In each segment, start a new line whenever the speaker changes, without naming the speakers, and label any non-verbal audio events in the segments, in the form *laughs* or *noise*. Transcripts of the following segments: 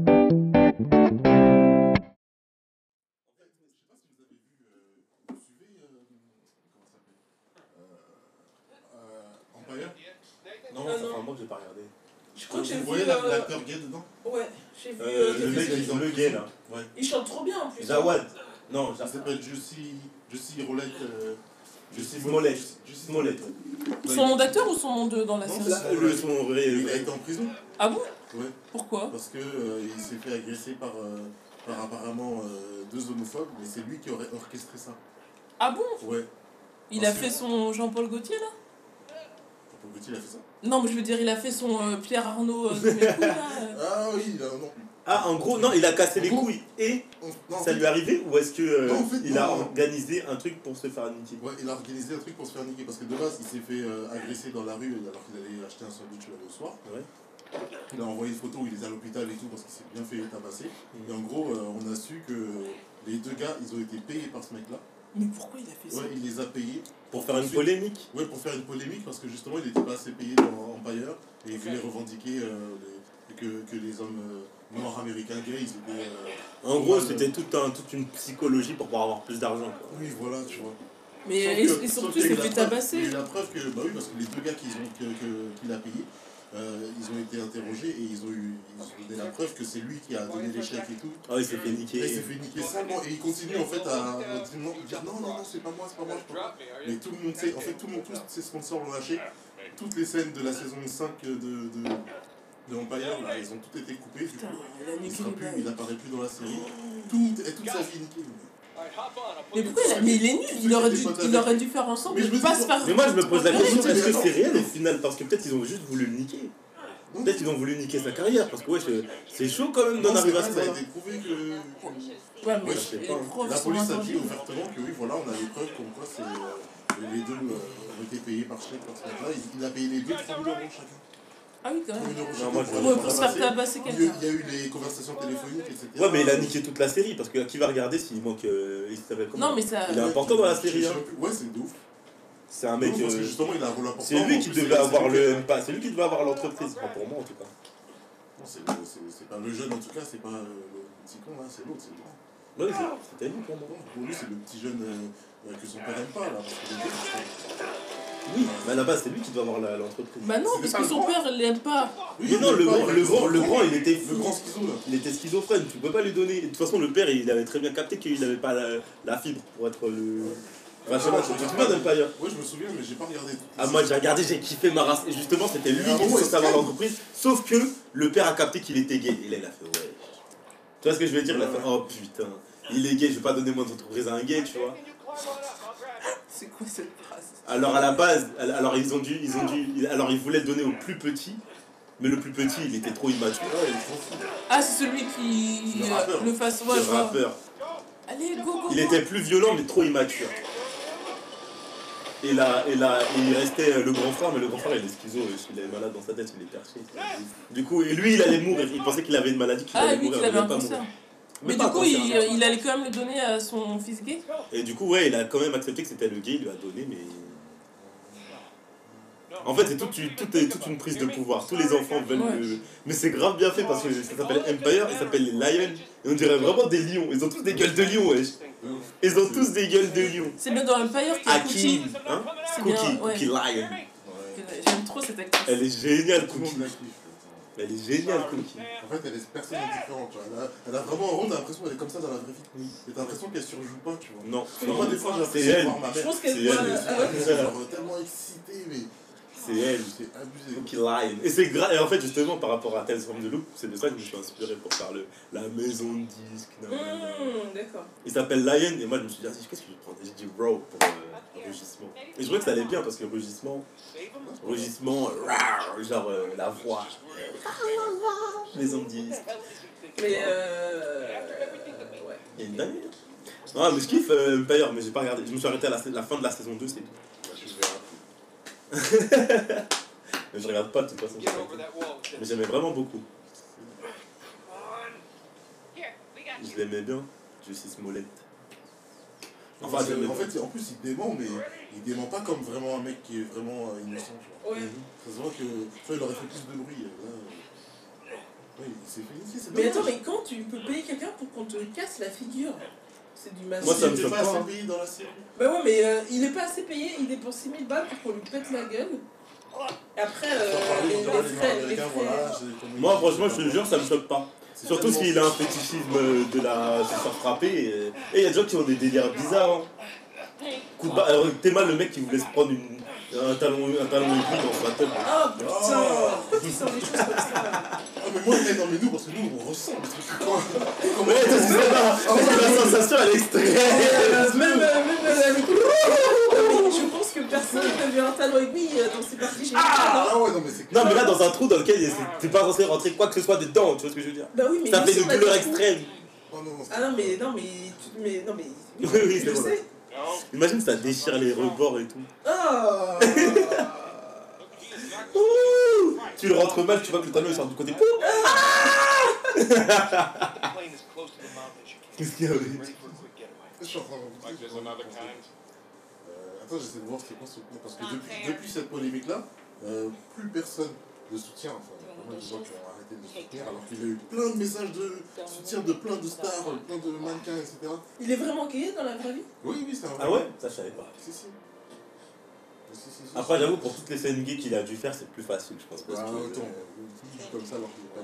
euh, euh, Ah,
l'ai pas regardé.
Je crois que j'ai
Vous
vu.
voyez la-
euh,
l'acteur gay dedans
Ouais, j'ai vu.
Euh,
euh,
le
des
mec,
photos.
ils ont le gay là.
Ouais.
Il chante trop bien en plus.
Zawad. Non,
Ça
Zawad.
s'appelle Jussie. Jussie Roulette. euh,
Jussie
Mo-
Smollett.
Jussie
Smollett.
Ouais,
Son nom d'acteur ou son nom de dans la
Non,
série
c'est-
Là, le son vrai.
Il a
vrai-
été en prison
Ah bon
Ouais.
Pourquoi
parce que euh, il s'est fait agresser par, euh, par apparemment euh, deux homophobes, mais c'est lui qui aurait orchestré ça.
Ah bon
Ouais.
Il a
Parce que-
fait son Jean-Paul Gaultier là
Pourquoi il a fait ça
Non, mais je veux dire, il a fait son euh, Pierre Arnaud euh, de mes couilles, là. euh.
Ah oui, il a non.
Ah, en gros, non, il a cassé les
En gros-
couilles. Et
on- non, en
ça
fait,
lui est arrivé Ou est-ce que euh,
Non, en fait,
il a
non.
organisé un truc pour se faire niquer
Ouais, il a organisé un truc pour se faire niquer parce que de base il s'est fait euh, agresser dans la rue alors qu'il allait acheter un sandwich le soir.
Ouais.
Il a envoyé une photo où il est à l'hôpital et tout parce qu'il s'est bien fait tabasser.
Mhm.
Et en gros, euh, on a su que les deux gars ils ont été payés par ce mec là.
Mais pourquoi il a fait ça
Ouais, il les a payés
Pour faire une
Ensuite-
polémique
Ouais, pour faire une polémique parce que justement il n'était pas assez payé dans- en bailleur et il voulait revendiquer euh, les- que, que les hommes euh, noirs américains gays ils étaient. euh,
En gros,
Ouais,
c'était tout un- toute une psychologie pour pouvoir avoir plus d'argent. quoi.
oui, voilà, tu vois.
Mais
Sauf
euh, et,
que-
et
sauf
surtout,
que
il s'est
la
fait
preuve-
tabasser.
mais la preuve que, bah oui, parce que les deux gars qu'ils ont, que, que- qu'il a payé, euh, ils ont été interrogés et ils ont eu, ils ont donné la preuve que c'est lui qui a donné les chèques et tout.
Ah, il s'est fait
Et il
niquer.
s'est fait niquer salement et il continue en fait à, à dire non, il dit, non, non, non, c'est pas moi, c'est pas moi, je peux pas. Mais tout le monde sait, en fait, tout le monde, tous ses sponsors l'ont lâché. Toutes les scènes de la saison 5 de, de, de Empire, là, elles ont toutes été coupées. Du coup,
Putain, il a
il,
niqué
sera
les
plus,
balles.
il apparaît plus dans la série. Tout, et toute sa vie niquée.
Mais pourquoi il a... Mais il est nul, il aurait dû, il aurait dû faire ensemble,
Mais je me
de pas
dis-
se faire.
Mais moi, je me pose la
Ouais,
question
mais
est-ce que
attends.
c'est réel au final Parce que peut-être ils ont juste voulu le niquer. Peut-être ils ont voulu niquer sa carrière. Parce que, ouais, c'est- c'est chaud quand même d'en
Non, c'est
arriver à
vrai,
ce
ça a
point.
été prouvé que. que-
Ouais, mais
Ouais,
les
je sais pas.
profs
La
sont
police a dit
intangibles.
ouvertement que oui, voilà, on a les preuves comme quoi c'est, euh, les deux euh, ont été payés par chèque. Parce que là, il, il a payé les deux 3 000 euros chacun.
Ah oui, quand
3 000
même.
euros
Non,
chacun.
moi,
pour
je-
aller
Ouais, pour se faire
tabasser.
tabasser
Il y a-
quelqu'un.
il y a eu des conversations téléphoniques, etc.
Ouais, mais il a niqué toute la série. Parce que qui va regarder s'il manque. euh, il s'appelle comment
Non, mais ça.
Il est important dans la
Je
série.
sais
hein.
plus. Ouais, c'est de ouf.
C'est un mec.
Non, parce que
euh,
justement, il a un rôle important.
C'est lui
En
qui
plus,
devait
c'est-
avoir
c'est lui
le pas, c'est lui qui devait avoir l'entreprise, enfin, pour moi en tout cas.
qui- Non, c'est- c'est- C'est pas le jeune, en tout cas, c'est pas euh, le petit con, là, c'est l'autre, c'est le grand.
Ouais, c'est- c'était lui pour moi.
Non, Pour lui, c'est le petit jeune euh, euh, que son père aime pas, là. parce que les deux, ils
Oui, mais à la base c'est lui qui devait avoir la- l'entreprise.
Bah non,
C'était
parce
pas
que
le
son
grand.
père l'aime pas.
sont-
Oui,
Oui,
non,
il
le
aime pas,
grand,
ouais,
le
le
grand, le grand, il était
Le
fou.
grand schizo, là.
Il était schizophrène, tu peux pas lui donner. De toute façon, le père, il avait très bien capté qu'il n'avait pas la, la fibre pour être le. Enfin, je sais pas, je me souviens d'un pailleur.
Ouais, je me souviens, mais j'ai pas regardé.
Ah, moi j'ai regardé, j'ai kiffé ma race. Et justement, c'était lui
Ah,
qui
ouais,
était censé avoir
c'est-
l'entreprise. Sauf que le père a capté qu'il était gay. Et là, il a fait ouais. Tu vois ce que je veux dire Il a fait oh putain, il est gay, je vais pas donner mon entreprise à un gay, tu vois.
C'est quoi cette phrase
Alors à la base, al- alors ils ont dû, ils ont dû, ils- alors ils voulaient le donner au plus petit, mais le plus petit il était trop immature.
Ouais, il est trop fou.
Ah, c'est celui qui.
Le
euh,
rappeur.
Le fasse
le
ouais, je vois.
rappeur.
Allez, go, go.
Il
go.
était plus violent mais trop immature. Et là, et là, et il restait euh, le grand frère, mais le grand frère il est schizo, euh, il est malade dans sa tête, il est perché. c'est un ouf. Du coup, et lui il allait mourir, il pensait qu'il avait une maladie, qu'il
Ah,
allait
lui,
mourir,
qu'il
il
avait
allait
un
pas
cancer.
mourir.
Mais
Même
du
pas un
coup,
cancer,
il, euh,
hein.
il allait quand même le donner à son fils gay.
Et du coup, ouais, il a quand même accepté que c'était le gay, il lui a donné, mais. En fait, c'est toute, une- toute- toute une prise de pouvoir. Tous les enfants veulent
Ouais.
le. Mais c'est grave bien fait parce que ça s'appelle Empire, ils s'appellent les Lions, et on dirait vraiment des lions. Ils ont tous des gueules de lions, wesh. Ils ont tous des gueules de lions.
C'est bien dans Empire qu'il y a
Hakim,
Cookie.
hein
C'est
Cookie,
bien, ouais.
Cookie Lion.
Ouais.
J'aime trop cette actrice.
Elle est géniale,
Tout le monde
Cookie.
la kiffe.
Elle est géniale, Cookie.
En fait, elle est personne différente, tu vois. Elle a, elle a vraiment un rôle, t'as l'impression qu'elle est comme ça dans la vraie vie. Et t'as l'impression qu'elle surjoue pas, tu vois.
Non,
Genre, moi,
non,
des fois, j'ai
c'est
l'impression de
elle.
voir ma
Je
mère.
pense qu'elle
C'est
voit.
elle,
euh,
Elle est genre tellement excitée, mais Ah,
C'est elle.
c'est abusé.
Cookie Lion. Et c'est grave. Et en fait, justement, par rapport à Tales from the Loop, c'est de ça que je me suis inspiré pour faire le... la maison de disques.
euh,
nanana.
Hum,
Mmh,
d'accord.
Il s'appelle Lion et moi je me suis dit, ah, qu'est-ce que je vais prendre J'ai dit Raw pour euh, rugissement. Et je trouvais que ça allait bien parce que rugissement, rugissement, euh, rar, genre euh, la voix. Les hommes disent.
Mais euh. Ouais.
Il y a une dinguerie. Ah, mais je kiffe euh, Empire, mais j'ai pas regardé. Je me suis arrêté à la, sa- la fin de la saison 2, c'est tout.
Bah,
Mais je regarde pas de toute façon. Mais j'aimais vraiment beaucoup. Je l'aimais bien. Je suis Smollett. Enfin,
Parce que,
j'aimais
en
bien.
fait, en plus, il dément, mais il dément pas comme vraiment un mec qui est vraiment euh, innocent, tu vois.
Ouais.
Ça se voit que, tu vois, il aurait fait plus de bruit. euh, Là, euh. Ouais, il s'est fait niquer, c'est
Mais
dommage.
attends, mais quand tu peux payer quelqu'un pour qu'on te casse la figure C'est du
Moi, ça
massacre.
me
Il était
choque
pas
pas,
assez
hein.
payé dans la série.
Bah ouais, mais euh, il est pas assez payé, il dépense 6000 balles pour qu'on lui pète la gueule. Après,
Sans
euh,
parler
les, les
évidemment des Noirs
frais, les
américains,
frais-
voilà. j'ai-
Moi, franchement, je te jure, ça me choque pas.
C'est
Surtout
tellement-
s'il a un fétichisme euh, de la se faire frapper. euh. Et il y a des gens qui ont des délires bizarres. hein. Coup de ba- Alors, t'es mal le mec qui voulait se prendre une- un talon un talon aiguille dans sa tête.
Oh putain
Oh.
Pourquoi tu sors des choses comme ça
Ah, mais moi, eh, non, mais nous, parce que nous, on ressent le truc. Quand-
Ouais, parce que c'est pas- parce que la sensation elle est extrême.
Même, euh, même euh, avec Je pense que personne n'avait un talon aiguille euh, dans ces parties génitales. hein.
Ah ouais, non, mais c'est
Non, mais là, dans un trou dans lequel c'est- t'es pas censé rentrer quoi que ce soit dedans, tu vois ce que je veux dire
Bah oui, mais.
Ça
nous,
fait
on
une
a
douleur
des coups.
extrême.
Oh non, non, c'est-
Ah non, mais. Non, mais. tu- mais non, mais.
Oui, oui,
je
c'est vrai.
sais.
Imagine, ça déchire les rebords et tout.
Oh
Tu le rentres mal, tu vois que le talon il sort du côté. Ah Qu'est-ce qu'il y a
je suis en train de Euh, Attends, j'essaie de voir c'est quoi ce coup. Parce que depuis, depuis cette polémique-là, euh, plus personne ne soutient. Enfin, il y a pas mal de gens qui ont arrêté de le soutenir alors qu'il a eu plein de messages de soutien de plein de stars, plein de mannequins, etc.
Il est vraiment gay dans la vraie vie
Oui, oui, c'est un vrai.
Ah ouais Ça, je savais pas.
Si, si. Si, si, si, si.
Après, j'avoue, pour toutes les scènes gays qu'il a dû faire, c'est plus facile, je pense.
Bah,
Parce
attends,
que, euh,
on dit comme ça alors qu'il est pas.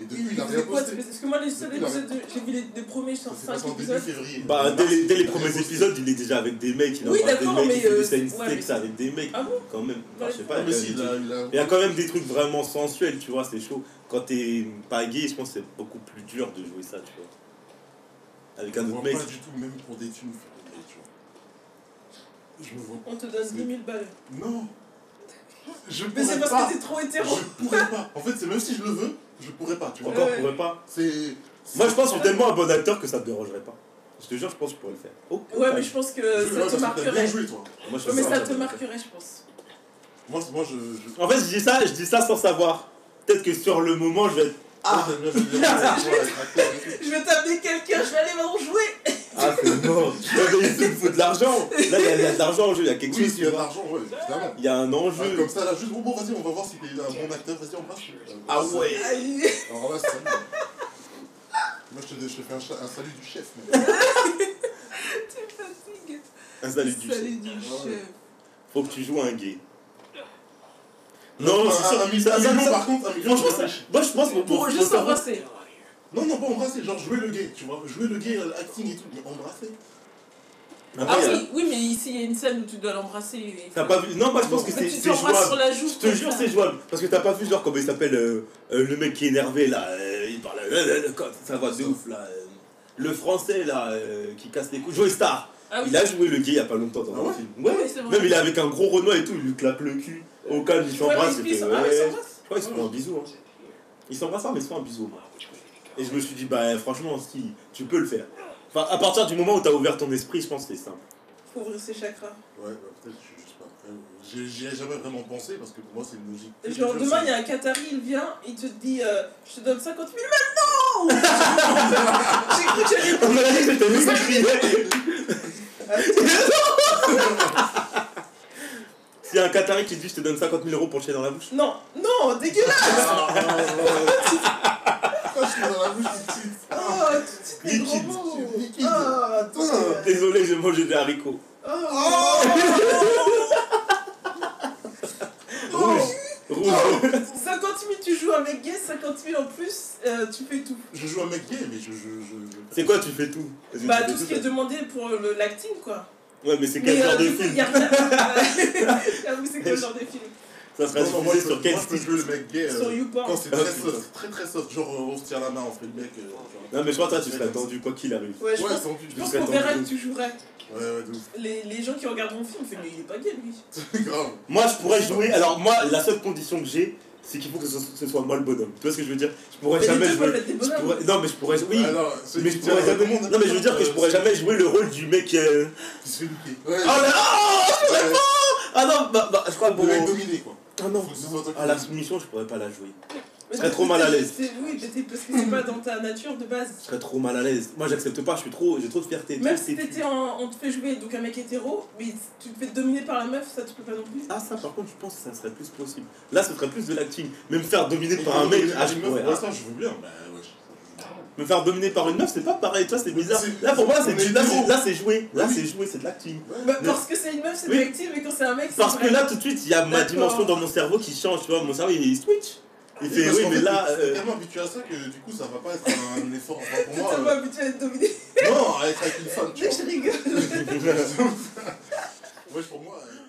Et depuis,
Il
il a
faisait
rien
quoi
posté.
Parce que moi, les seuls
Il a-
épisodes. de- J'ai vu les les premiers
Ça
sur
s'est
5
passé en début
épisodes.
février.
Bah, dès
Il
les, dès les
a rien
premiers
posté.
épisodes, il est déjà avec des mecs, il
Oui,
embrasse
d'accord,
des mecs,
mais,
il fait
euh,
du sex
ouais, mais
tape avec des mecs,
Ah bon
quand même. Enfin, je sais pas.
Ah, mais
il y a
si,
des
il a-
trucs-
il a-
il y a quand même des trucs vraiment sensuels, tu vois, c'est chaud. Quand t'es pas gay, je pense que c'est beaucoup plus dur de jouer ça, tu vois. Avec
Je
un
me
autre
vois
mec.
pas du tout, même pour des thunes, faire des thunes. Je me vois
On te donne 10 000 balles.
Non Je
Mais c'est
pourrais
parce
pas
que t'es trop hétéro.
Je pourrais pas En fait, c'est même si je le veux, je pourrais pas, tu vois.
Encore,
Ouais.
on pourrait pas.
C'est.
Moi, je pense que je suis tellement un bon acteur que ça te dérangerait pas. Je te jure, je pense que je pourrais le faire. Oh,
Ouais, mais je pense que
Je- ouais,
Euh, ça
parce
te
que t'as bien
marquerait.
joué, toi.
Moi, je
Ouais,
pense que je
mais ça te
pourrais le
marquerait, je pense.
Moi, c'est- moi je. je...
faire. En fait, je dis ça, je dis ça sans savoir. Peut-être que sur le moment, je vais être. Ah.
Moi, j'aime bien- j'aime bien jouer avec l'acteur et tout.
Je vais taper quelqu'un, je vais aller en jouer.
Ah, c'est *laughs* mort. Mais il faut de l'argent. Là, il y a- il y, a de l'argent en jeu, il y a quelque
Oui,
chose,
s'il y
tu
a de
vois.
l'argent, ouais, évidemment.
Il y a un
Ah,
enjeu.
comme ça, là, juste, bon, bon, vas-y, on va voir si t'es un bon acteur, vas-y, on passe. Euh,
Ah
c'est-
ouais.
Aïe.
Alors là, salut. Moi, je te, je te fais un, cha- un salut du chef, mais.
T'es fatigué.
Un salut du chien.
du
Ouais.
chef.
Faut que tu joues un gay. Non,
Un-
c'est sûr.
un, million,
ça-
un
ça-
million,
ça-
par contre, un million,
Franchement,
c'est
ça-
riche.
moi, je pense qu'on
Pour
peut-
juste
on peut-
embrasser.
Non, non, pas embrasser, genre jouer le gay, tu vois. Jouer le gay, euh, acting et tout, mais embrasser.
Ah
Après, il y a-
oui, oui, mais ici, il y a une scène où tu dois l'embrasser. il
T'as
faut-
pas vu Non, moi je pense que c'est
Tu
c'est
t'embrasses sur
jouable.
la joue.
Je te jure, c'est jouable. Parce que t'as pas vu, genre, comment il s'appelle euh, euh, le mec qui est énervé là euh, Il parle. euh, euh, euh, comme- ça va de ouf là. euh, le français là euh, qui casse les couilles. Joey Star
Ah oui.
Il a joué le gay il y a pas longtemps dans
Ah
un
ouais
film. Ouais,
Oui, c'est vrai.
Même il est avec un gros Renoir et tout, il lui claque le cul. Au calme, il
Ouais,
s'embrasse.
mais
il
il
fait,
se-
ouais.
ah, il
Je
s'embrasse.
crois qu'ils se font un bisou. Hein. Ils s'embrassent, hein, mais ils se font un bisou. Et je me suis dit, bah franchement, si, tu peux le faire. Enfin, à partir du moment où t'as ouvert ton esprit, je pense que c'est
*laughs*
simple.
Faut ouvrir ses chakras.
Ouais, bah, peut-être, je, je sais pas. Euh, J'y j'y ai jamais vraiment pensé parce que pour moi, c'est une logique.
Genre, demain, il y a un Qatari, il vient, il te dit euh, Je te donne 50 000 maintenant J'ai cru que j'allais.
On a dit que c'était lui qui criait. *laughs* S'il y a un Qatari qui te dit je te donne 50 000 euros pour le chien dans la bouche.
Non, non, dégueulasse
Ah, *laughs* je suis dans la bouche Ah, tout de suite.
Oh, tout de suite, les gros
Liquide,
mots
liquide.
Oh, attends.
Désolé, j'ai mangé des haricots.
Oh, Oh.
Rouge. Rouge.
50 000, tu joues avec gay, 50 000 en plus, euh, tu fais tout.
Je joue un mec gay, mais je. je, je,
C'est quoi, tu fais tout Est-ce que
Bah,
tu fais
tout ce qui est demandé pour le- l'acting, quoi.
Ouais, mais c'est quel
Mais
genre
euh,
de
du coup, il y
film
a rien.
*laughs*
J'avoue, c'est quel genre de film
Ça sera
Non, non, moi,
diffusé
je
sur
peux-
quel
moi, je peux
style
jouer le mec gay. euh,
Sur YouPorn.
Quand c'est très
Ah, putain.
soft, très très soft, genre euh, on se tire la main, on fait le mec. euh, genre.
Non, mais je crois que toi, tu serais attendu quoi qu'il arrive.
Ouais, je
Ouais,
pense,
sans cul,
je
de
pense
serais
qu'on verra
tendu.
que tu jouerais.
Ouais, ouais, de ouf.
Les, les gens qui regarderont le film, font mais il est pas gay lui.
*laughs* Grave.
Moi, je pourrais jouer. Alors, moi, la seule condition que j'ai, c'est qu'il faut que ce soit, ce soit moi le bonhomme. Tu vois ce que je veux dire Je pourrais
Mais les
jamais
deux peuvent
jouer.
être des
Je
bonhommes.
pourrais- Non, mais je pourrais. Oui,
Alors,
Mais je pourrais jamais... Non mais je veux dire que je pourrais jamais jouer le rôle du mec euh,
Qui se fait niquer.
Oh
Ouais,
là oh
ouais,
Ah non bah, bah je crois que
Ah, Le mec
bon...
dominé, quoi.
Ah non
Faut que ce soit toi qui
Ah la
domine.
mission je pourrais pas la jouer
Je
serais trop mal à l'aise.
Oui, mais c'est parce que c'est pas dans ta nature de
Je
base.
serais trop mal à l'aise Moi j'accepte pas je suis trop J'ai trop de fierté
Même
Tout,
si
c'est-
t'étais en, on te fait jouer donc un mec hétéro, mais tu te fais dominer par la meuf, ça tu peux pas non plus.
Ah ça par contre je pense que ça serait plus possible Là ce serait plus de l'acting Même faire dominer
Et
par un
quand
mec
il y a
Ah
des
je
meufs,
pourrais
ouais, ça, je veux bien. Bah, ouais.
Me faire dominer par une meuf, c'est pas pareil. Toi, c'est bizarre.
C'est-
Là, pour moi, c'est
on est
là, c'est-
zéro.
là, c'est joué. Là,
Oui.
c'est joué, c'est de l'acting.
Bah, parce que c'est une meuf, c'est
Oui.
directive, mais quand c'est un mec, c'est.
Parce que
vrai.
là, tout de suite, il y a ma
D'accord.
dimension dans mon cerveau qui change. Tu vois, mon cerveau, il switch. Il fait, oui, mais là.
Je suis
euh,
tellement habitué à ça que du coup, ça va pas être
*laughs*
un effort. Enfin, pour
T'es
moi,
tellement habitué à être dominé.
euh, non, à être avec une femme, tu
Mais
vois.
je rigole.
*laughs* Wesh, pour moi, euh,